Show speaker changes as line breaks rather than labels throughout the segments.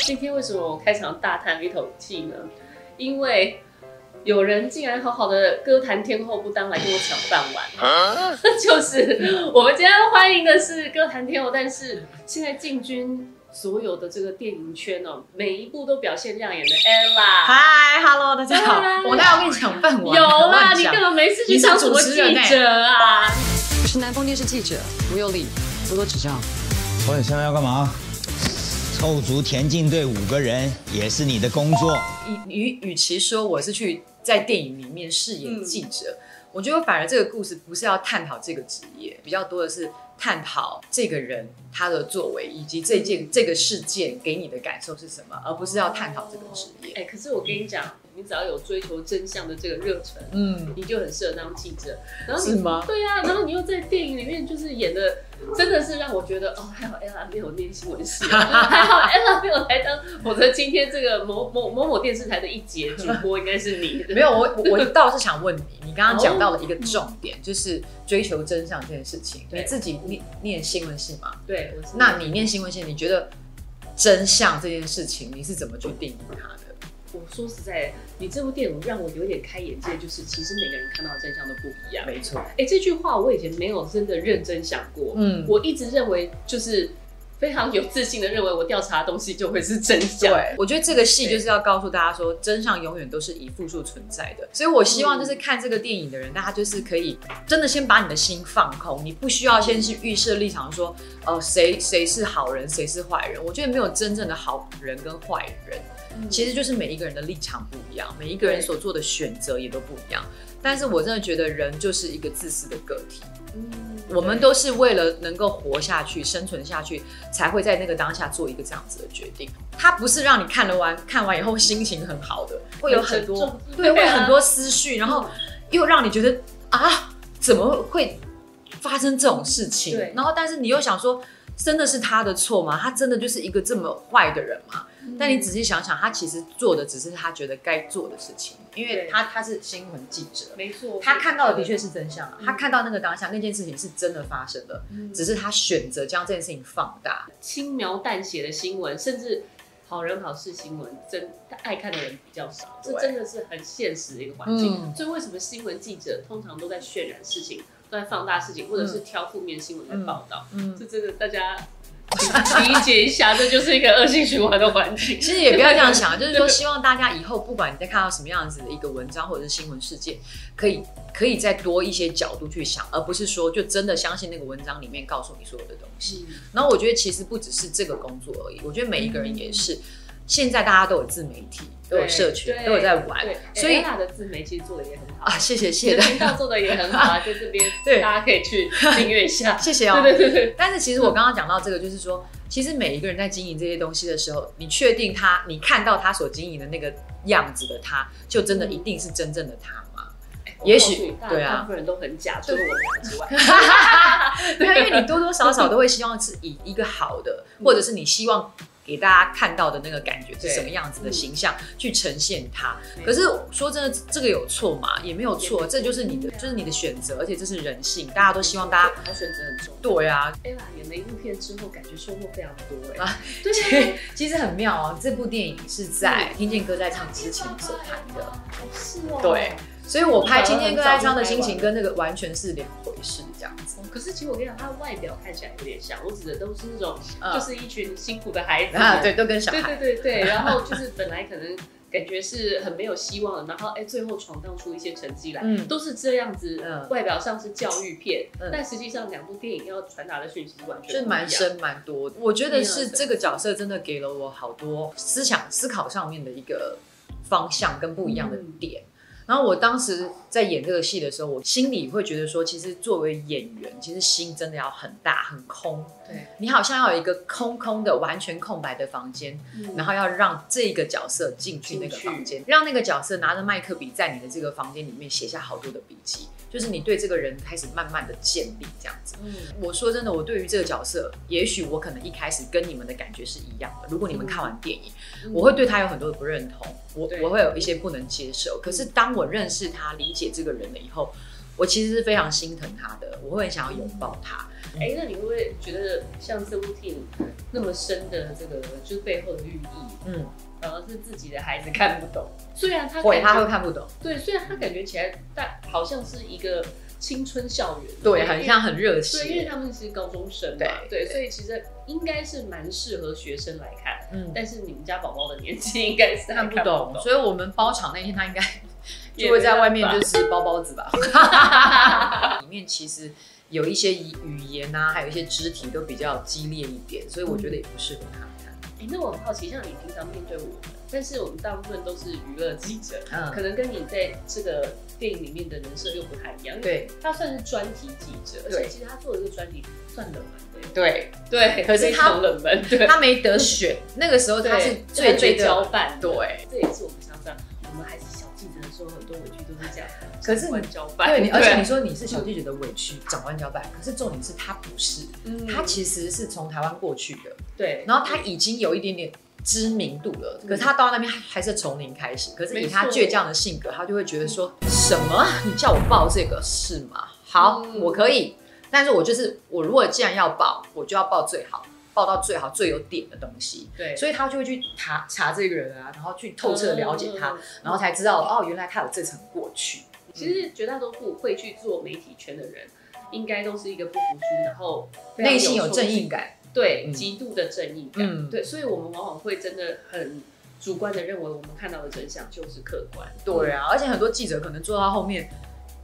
今天为什么我开场大叹一口气呢？因为有人竟然好好的歌坛天后不当来跟我抢饭碗， 就是我们今天欢迎的是歌坛天后，但是现在进军所有的这个电影圈哦，每一部都表现亮眼的 Ella。
嗨，Hello，大家好
嗨，
我哪有跟你抢饭碗？
有啦，
乱
你
讲
根本没事去
你是
当什么
主持人
记
欸
者啊？
我是南方电视记者吴有理，多多指教。
所以现在要干嘛？凑足田径队五个人也是你的工作。
与与与其说我是去在电影里面饰演记
嗯
者，我觉得反而这个故事不是要探讨这个职业，比较多的是探讨这个人他的作为以及这
嗯
件这个事件给你的感受是什么，而不是要探讨这个职业。
哎、可是我跟你讲，你只要有追求真相的这个热忱，
嗯，
你就很适合当记者。然后你
是吗？
对啊，然后你又在电影里面就是演的，真的是让我觉得哦，还好 Ella 没有念新闻系，啊 还好 Ella 没有来当我的今天这个某某某某电视台的一节主播，应该是你
嗯没有，我我我倒是想问你，你刚刚讲到了一个重点，就是追求真相这件事情。
哦对
你自己念念新闻系吗？
对，我是
那你念新闻线，你觉得真相这件事情，你是怎么去定义它的？
我说实在，你这部电影让我有点开眼界，就是其实每个人看到的真相都不一样。
没错，
哎、这句话我以前没有真的认真想过，
嗯
我一直认为就是非常有自信的认为我调查的东西就会是真相，
对，我觉得这个戏就是要告诉大家说，真相永远都是以复数存在的。所以我希望就是看这个电影的人，大家就是可以真的先把你的心放空，你不需要先去预设立场说，呃，谁谁是好人，谁是坏人。我觉得没有真正的好人跟坏人。
嗯
其实就是每一个人的立场不一样，每一个人所做的选择也都不一样。但是我真的觉得人就是一个自私的个体，
嗯
我们都是为了能够活下去、生存下去，才会在那个当下做一个这样子的决定。它不是让你看了完看完以后心情很好 的，会有很
很
多
沉重
对，会
对
有
啊
很多思绪，然后又让你觉得啊，怎么会发生这种事情
对？
然后但是你又想说，真的是他的错吗？他真的就是一个这么坏的人吗？
嗯
但你仔细想想，他其实做的只是他觉得该做的事情，因为
对
他他是新闻记者，
没错，
他看到的的
是。
确是真相啊，
嗯
他看到那个当下那件事情是真的发生的，只是他选择将这件事情放大。
轻描淡写的新闻，甚至好人好事新闻，真爱看的人比较少，这
对
真的是很现实的一个环境。
嗯
所以为什么新闻记者通常都在渲染事情，都在放大事情，或者是挑负面新闻来报道？
嗯，
这真的大家理解一下，这就是一个恶性循环的环 境。
其实也不要这样想，啊就是 说希望大家以后不管你在看到什么样子的一个文章或者是新闻事件，可以可以再多一些角度去想，而不是说就真的相信那个文章里面告诉你所有的东西。然后我觉得其实不只是这个工作而已，我觉得每一个人也是。现在大家都有自媒体，都有社群
嗯对，
都有在玩
对，，哎
所以
大的自媒其实做的也很 好，
啊，谢谢谢
你的
谢大
频
家，
道做的也很好啊，在这边
对。
大家可以去订阅一下
谢谢哦。
对对对对，
但是其实我刚刚讲到这个，就是说，其实每一个人在经营这些东西的时候，你确定他，你看到他所经营的那个样子的他，就真的一定是真正的他吗？也许
我告诉你大
对啊
大部分人都很假，除了我们俩之外。
对啊，因为你多多少少都会希望是以一个好的，或者是你希望给大家看到的那个感觉是什么样子的形象去呈现它。
没
可是说真的，这个有错吗？也没有错，这就是你的，就是你的选择，而且这是人性， 大家都希望大家。
家选择很重要。
对啊，
Ella 演了一部片之后，感觉收获非常多哎、
啊
对
其实很妙哦。这部电影是在《听见歌在唱》之前所拍的，
是哦
对，所以我拍今天歌在唱的心
嗯
情跟那个完全是两回事，这样子。
可是其实我跟你讲，他外表看起来有点像，我指的都是那种，
嗯
就是一群辛苦的孩子
啊，对，都跟小
对
孩
对对对，然后就是本来可能感觉是很没有希望的，然后哎，最后闯荡出一些成绩来，
嗯
都是这样子。
嗯
外表上是教育片，
嗯
但实际上两部电影要传达的讯息是完全
就是
不一
蛮
样。
深蛮多的。我觉得是这个角色真的给了我好多思想思考上面的一个方向跟不一样的点。
嗯
然后我当时在演这个戏的时候，我心里会觉得说，其实作为演员，其实心真的要很大很空。
对，
你好像要有一个空空的、完全空白的房间，
嗯
然后要让这个角色进去那个房间，让那个角色拿着麦克笔在你的这个房间里面写下好多的笔记，就是你对这个人开始慢慢的建立这样子。
嗯
我说真的，我对于这个角色，也许我可能一开始跟你们的感觉是一样的。如果你们看完电影，我会对他有很多的不认同，
嗯
我
对嗯
我会有一些不能接受。可是当我认识他、理解这个人了以后，我其实是非常心疼他的，我会很想要拥抱他。
哎、那你会不会觉得像这部电影那么深的这个就是背后的寓意，
嗯，
然后是自己的孩子看不懂？虽然他
会
感觉
他会看不懂，
对，虽然他感觉起来大好像是一个青春校园，
对，很像很热
对，因为
血，
他们是高中生嘛，对，
对对
所以其实应该是蛮适合学生来看。
嗯，
但是你们家宝宝的年纪应该是
看
还
不
不
懂，所以我们包场那天他应 该
也
就会在外
没
面
办法
就是包包子 吧。里面其实有一些语语言啊，还有一些肢体都比较激烈一点，所以我觉得也不适合他看。
哎、那我很好奇，像你平常面对我们，但是我们大部分都是娱乐记者，
嗯，
可能跟你在这个电影里面的人设又不太一样。，
对
他算是专题记者，而且
对
其实他做的这个专题算冷门的，
对，
对，
可是
非
他
常冷门，对，
他没得选，那个时候他
对
是最
被
觉
交
得
办的，
对。
这也是我们常常，我们还是小记者的时候，很多委屈都是这样。
可是
长
你
官交办，
对你，而且你说你是小记者的委屈，长官交办，可是重点是他不是，
嗯
他其实是从台湾过去的，
对，
然后他已经有一点点知名度了，可是他到那边还还是从零开始。可是以他
嗯没错
倔强的性格，他就会觉得说什么你叫我报这个是吗？好，
嗯
我可以，但是我就是我如果既然要报，我就要报最好，报到最好最有点的东西。
对，
所以他就会去查查这个人啊，然后去透彻了解他，
嗯
然后才知道哦，原来他有这层过去。
其实绝大多数会去做媒体圈的人，应该都是一个不服输，然后非常
内心有
冲
正义
劲，
感，
对，
嗯
极度的正义感，
嗯
对，所以我们往往会真的很主观的认为我们看到的真相就是客观，
对啊，而且很多记者可能做到后面，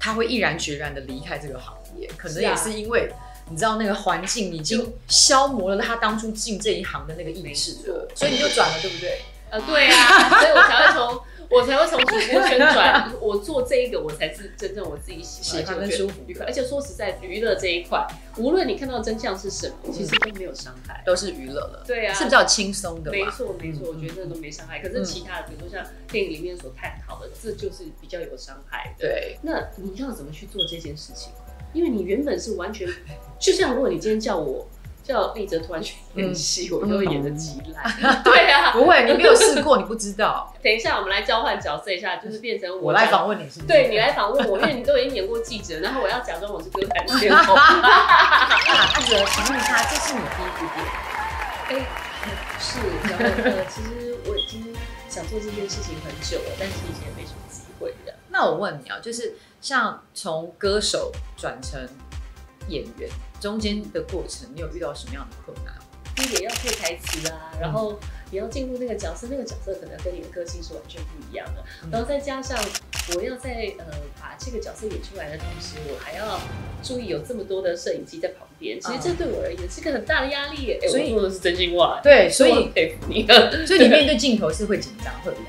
他会毅然决然的离开这个行业，可能
是啊
也是因为你知道那个环境已经消磨了他当初进这一行的那个意识了，所以你就转了，对不对？
呃，对啊，所以我才会从。我才会从主播圈转，我做这一个，我才是真正我自己喜
喜欢
欢
跟舒服的
愉快。而且说实在，娱乐这一块，无论你看到真相是什么，其实都没有伤害。
都是娱乐了，
对啊
是比较轻嗯松的
没
嘛。
错，没错，
嗯
我觉得那都没伤害。可是
嗯
其他的，比如说像电影里面所探讨的，这就是比较有伤害的。
对，
那你要怎么去做这件事情？因为你原本是完全，就像如果你今天叫我叫丽泽突然去演戏，
嗯
我就会演的极烂。 对啊，
不会，你没有试过，你不知道。
等一下我们来交换角色一下，就是变成
嗯我来
讲。
访问你是不是？
对你来访问我，因为你都已经演过记者，然后我要假装我是歌坛 天后，
啊，按着请问一下，这是你第一部电影？
是，然后呃，其实我已经想做这件事情很久了，但是以前没什么机会的。
那我问你啊，就是像从歌手转成演员中间的过程，你有遇到什么样的困难？
第一点要会台词啊，然后你要进入那个角色，那个角色可能跟你的个性是完全不一样的。
嗯
然后再加上我要在呃把这个角色演出来的同时，我还要注意有这么多的摄影机在旁边，其实这对我而言是个很大的压力耶。哎、
所以
我说的是真心话，
对，所
我
以
很佩服 你。哎、
所以你面对镜头是会紧张、会有压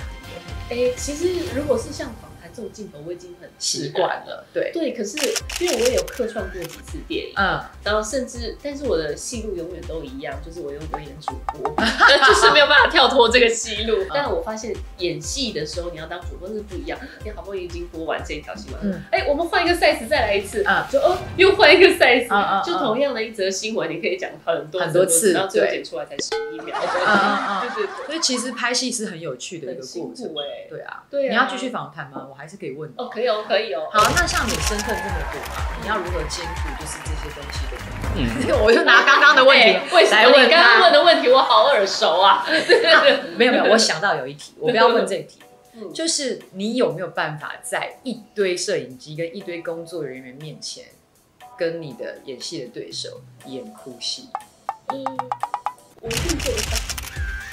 力的，
其实如果是像访谈这种镜头，我已经很
习惯。了。对，
对，可是因为我也有客串过几次电影，
嗯，
然后甚至，但是我的戏路永远都一样，就是我永远演主播， 就是没有办法跳脱这个戏
嗯
路。但我发现演戏的时候，你要当主播是不一样，你好不容易已经播完这一条新闻，
嗯
哎、我们换一个 size 再来一次，
嗯
就哦又换一个 size，、
嗯 嗯嗯
就同样的一则新闻，你可以讲很多
很多次
然后最后
对
剪出来才十一秒，
嗯嗯
对对
所以其实拍戏是很有趣的
对，
一
很
个
辛
过程。
苦哎、
对啊，
对啊
你要继续访谈吗？我还是可以问你。
哦，可以哦，可以哦，
好，啊那像你身份这么多嘛，你要如何兼顾就是这些东西的？嗯， 我就拿刚刚的问题
哎为什
来
么你
问
刚刚
他
问。的问题我好耳熟啊？对对对，
没有没有，我想到有一题，我不要问这一题。
嗯
就是你有没有办法在一堆摄影机跟一堆工作人员面前，跟你的演戏的对手演哭戏？
嗯，我一定做得到，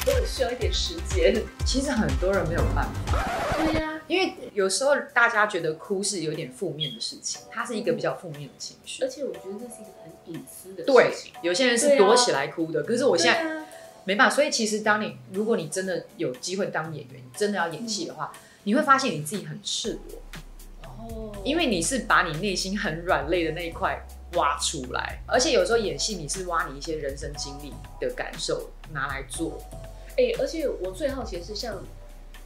我有需要一点时间。
其实很多人没有办法。
对呀、
因为有时候大家觉得哭是有点负面的事情，它是一个比较负面的情绪
而。且我觉得这是一个很隐私的
对
事情。，
有些人
对
是
啊
躲起来哭的，可是我现在
对啊
没办法。所以其实当你如果你真的有机会当演员，真的要演戏的话，你会发现你自己很赤裸，
哦，
因为你是把你内心很软肋的那一块挖出来，而且有时候演戏你是挖你一些人生经历的感受拿来做。
哎、而且我最好奇的是，像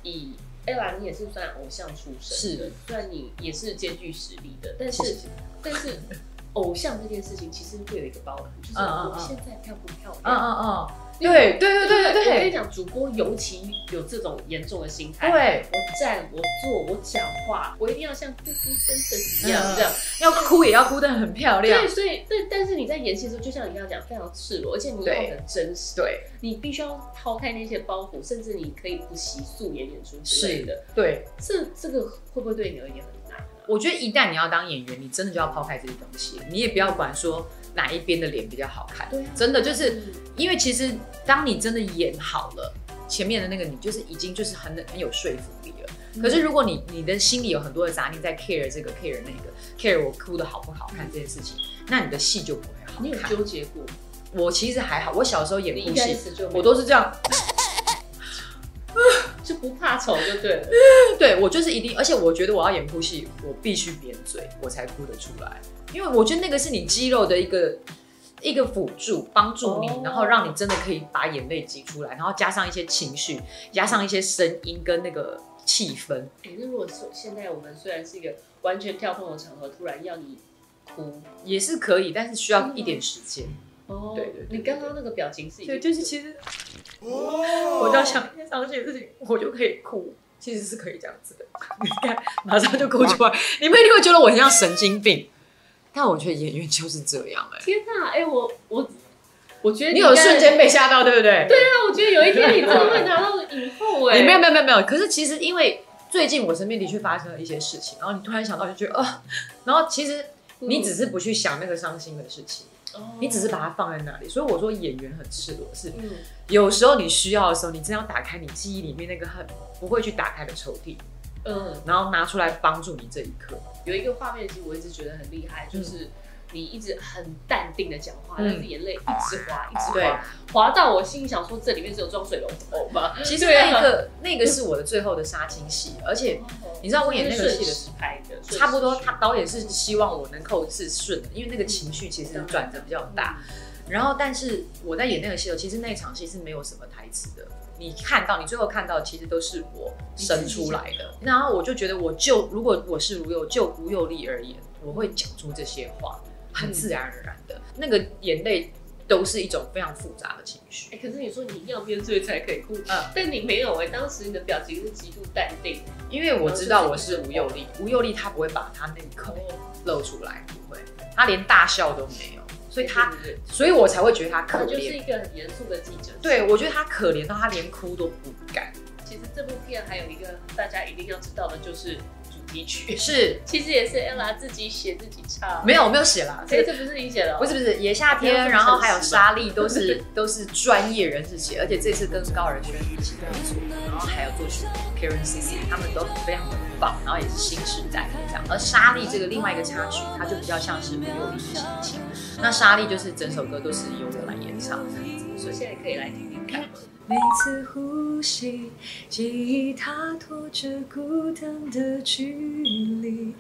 以 ella，你也是算偶像出身的
是，
虽然你也是兼具实力的，但
谢
是
谢
但是偶像这件事情其实会有一个包含，就是
嗯嗯嗯
我现在漂不漂
嗯
亮。
嗯嗯，对对对对对
我跟你讲，主播尤其有这种严重的心态。
对，
我站，我坐，我讲话，我一定要像嘟嘟真的一样
嗯
这样。
要哭也要哭得很漂亮
对，。所以对，但是你在演戏的时候，就像你刚刚讲，非常赤裸，而且你要
对
很真实，
对
你必须要抛开那些包袱，甚至你可以不惜素颜演出之类的。
对，
这这个会不会对你而言很难啊？
我觉得一旦你要当演员，你真的就要抛开这些东西，你也不要管说哪一边的脸比较好看。
对啊
真的就是
嗯
因为其实当你真的演好了，前面的那个你就是已经就是很很有说服力了。
嗯
可是如果你你的心里有很多的杂念在 care 这个 care 那个 care 我哭的好不好看这件事情，那你的戏就不会好
嗯你有
看。
纠结过？
我其实还好，我小时候演
你
哭
一开
戏，
始就没有
我都是这样，
就不怕丑就对了。
对我就是一定，而且我觉得我要演哭戏，我必须扁嘴，我才哭得出来，因为我觉得那个是你肌肉的一个一个辅助，帮助你
哦，
然后让你真的可以把眼泪挤出来，然后加上一些情绪，加上一些声音跟那个气氛，
可是如果说现在我们虽然是一个完全跳动的场合，突然要你哭，
也是可以，但是需要一点时间。
哦
对对对对
你刚刚那个表情是已经
对，就是其实我就想一些伤心的事情，我就可以哭。其实是可以这样子的， 你看，马上就哭出来。 你们一定会觉得我很像神经病，但我觉得演员就是这样哎、
天哪！哎、我我我觉得
你有
应该
瞬间被吓到，对不对？对
对啊，我觉得有一天你真的会拿到影后哎、
你没有没有没有没有。可是其实因为最近我身边的确发生了一些事情，然后你突然想到就觉得啊、然后其实你只是不去想那个伤心的事情，
哦
你只是把它放在那里。所以我说演员很赤裸，是
嗯，
有时候你需要的时候，你真的要打开你记忆里面那个很不会去打开的抽屉，
嗯，
然后拿出来帮助你这一刻。
有一个画面，其实我一直觉得很厉害，就是你一直很淡定的讲话，
嗯
但是眼泪一直滑，一直
对
滑，滑到我心里想说，这里面只有装水龙头吧。
其实
对啊
那个、那个是我的最后的杀青戏，而且
哦
你知道我演那个戏的时
时拍哦的，顺时
差不多，
序
他导演是希望我能够是顺的，因为那个情绪其实转折比较大。
嗯
然后，但是我在演那个戏的时候，其实那场戏是没有什么台词的。你看到，你最后看到，其实都是我生出来的。 然后我就觉得，我就如果我是吴佑，就吴佑利而言，我会讲出这些话，很自然而然
嗯
的。那个眼泪都是一种非常复杂的情绪。
哎、可是你说你要面对才可以哭，
嗯
但你没有哎、当时你的表情是极度淡定，
因为我知道我是吴佑利，
嗯
吴佑利他不会把他那一刻
哦
露出来，不会，他连大笑都没有，所以他，
对对对
所以我才会觉得他可
他就是
怜。
一个很严肃的记者。
对，我觉得他可怜到他连哭都不 敢。
其实这部片还有一个大家一定要知道的，就是主题曲，
是，
其实也是 ella 自己写自己唱，
没有我没有写啦，
哎、
这个
这不是你写的、哦，
不是不是，野夏
没有这
天，
么
然
诚
后
实
还有
吧
沙莉都是 都是专业人士写，而且这次跟高尔轩一起合作，然后还有作曲 Karen C C，他们都非常的棒，然后也是新时代这样。而沙莉这个另外一个插曲，它就比较像是没有一心情，那沙莉就是整首歌都是由我来演唱这样子，所以
现在可以来听听看吗？
每次呼吸，记忆它拖着孤单的距离，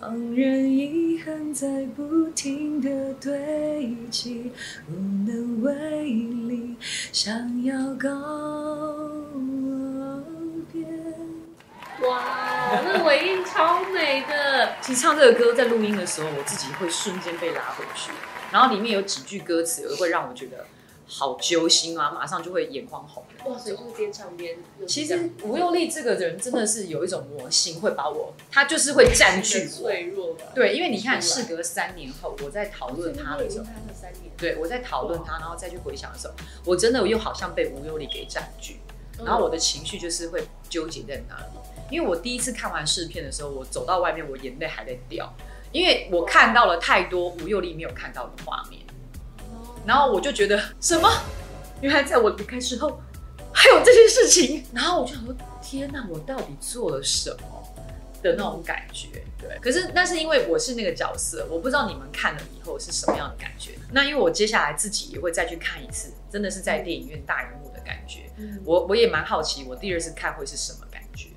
放任遗憾在不停的堆积，无能为力，想要告别。
哇，哦那尾音超美的，
其实唱这个歌在录音的时候，我自己会瞬间被拉回去，然后里面有几句歌词会让我觉得好揪心啊，马上就会眼眶红。
哇，所以就是边唱边又是
其
这样，
实吴佑利这个人真的是有一种魔性，会把我，他就是会占据
很
我。
脆弱吧，
对，因为你看，
出来
事隔三年后，我在讨论他
已
的时
经
候，
拍了三年，
对我在讨论他，然后再去回想的时候，我真的又好像被吴佑利给占据，
嗯
然后我的情绪就是会纠结在那里。因为我第一次看完试片的时候，我走到外面，我眼泪还在掉，因为我看到了太多吴佑利没有看到的画面。
哦
然后我就觉得什么？原来在我离开之后还有这些事情。然后我就想说，天哪，我到底做了什么的那种感觉？对。可是那是因为我是那个角色，我不知道你们看了以后是什么样的感觉。那因为我接下来自己也会再去看一次，真的是在电影院大荧幕的感觉。
嗯
我我也蛮好奇，我第二次看会是什么感觉？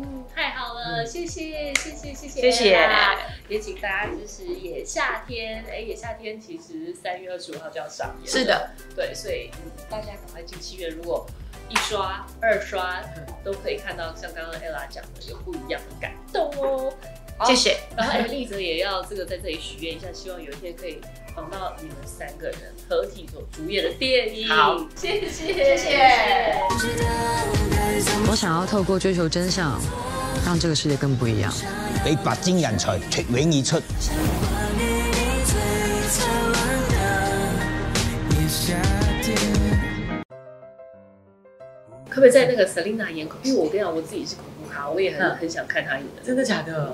嗯，太好了，
嗯
谢谢谢谢谢谢
谢谢
Ella 也请大家支持野夏天，哎、野夏天其实三月二十五号就要上映，
是，的，
对，所以、嗯大家赶快进戏院，如果一刷、二刷
嗯
都可以看到像刚刚 ella 讲的有不一样的感动 哦。好
谢谢。
然后哎，丽泽也要这个在这里许愿一下，希望有一天可以访到你们三个人合体所主演的电影。
好，
谢谢，
谢谢
想要透过追求真相，让这个世界更不一样。
俾白精人才脱穎而出。
可不可以在那个 Selina 演恐怖？因为我跟你讲，我自己是恐怖咖，我也很、
嗯
很想看她演的。
真的假的？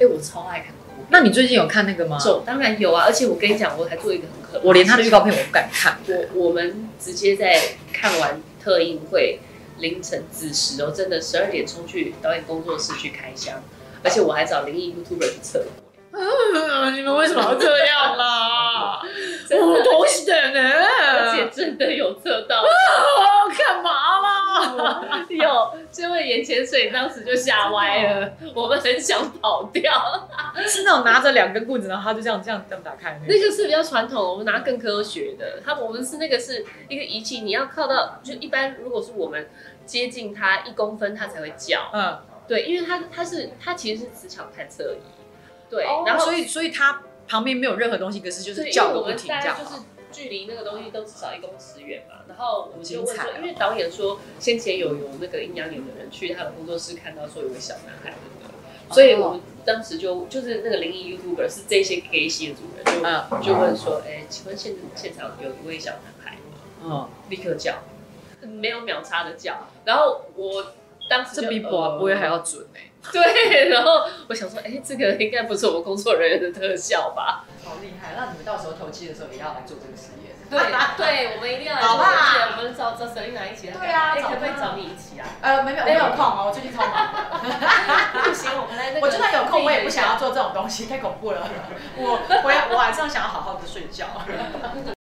哎、我超爱看恐怖片。
那你最近有看那个吗？
走当然有啊，而且我跟你讲，我还做一个很可怕的事情，
我连他的预告片我不敢 看。
我我们直接在看完特映会凌晨子时哦，真的十二点冲去导演工作室去开箱，而且我还找灵异 YouTuber 去测，
啊你们为什么要这样啦？
真的，
头洗的呢？啊
而且真的有测到，
干嘛啦？
有，这位眼潜水当时就吓歪了，
哦
我们很想跑掉。
是那种拿着两根棍子，然后他就这样这样这样打开
那个是比较传统，我们拿更科学的，他我们是那个是一个仪器，你要靠到就一般，如果是我们接近它一公分，它才会叫。
嗯，
对，因为它它是它其实是磁场探测仪，对，
然
然
后
后
哦所以所以他旁边没有任何东西，可是就
对
是
因
叫哦
为
个
我
不
们
停
大
这
家
样
就。是距离那个东西都至少一公尺远嘛，然后我们就问
精彩
说
哦，
因为导演说先前有有那个阴阳眼的人去他的工作室看到说有个小男孩，对不对？
哦
所以我们当时就就是那个灵异 YouTuber 是这些 gay 系的主人，就、
嗯
就问说，哎、请问现现场有一位小男孩吗？
嗯，
立刻叫，没有秒差的叫，然后我。当时
这
就
比
呃
广播还要准哎、
对，然后我想说，哎、这个应该不是我们工作人员的特效吧？
好厉害！那你们到时候投机的时候也要来做这个实验。
对对，我们一定要来
好吧
而且我们找找 Selina 一起来干嘛。
对啊
哎
找
可不可以
她
找你一起啊？
呃，没有没有空哦，我最近超忙的。
不行，我们来那个。
我就算有空，我也不 想要。做这种东西，太恐怖了。我我要我晚上想要好好的睡觉。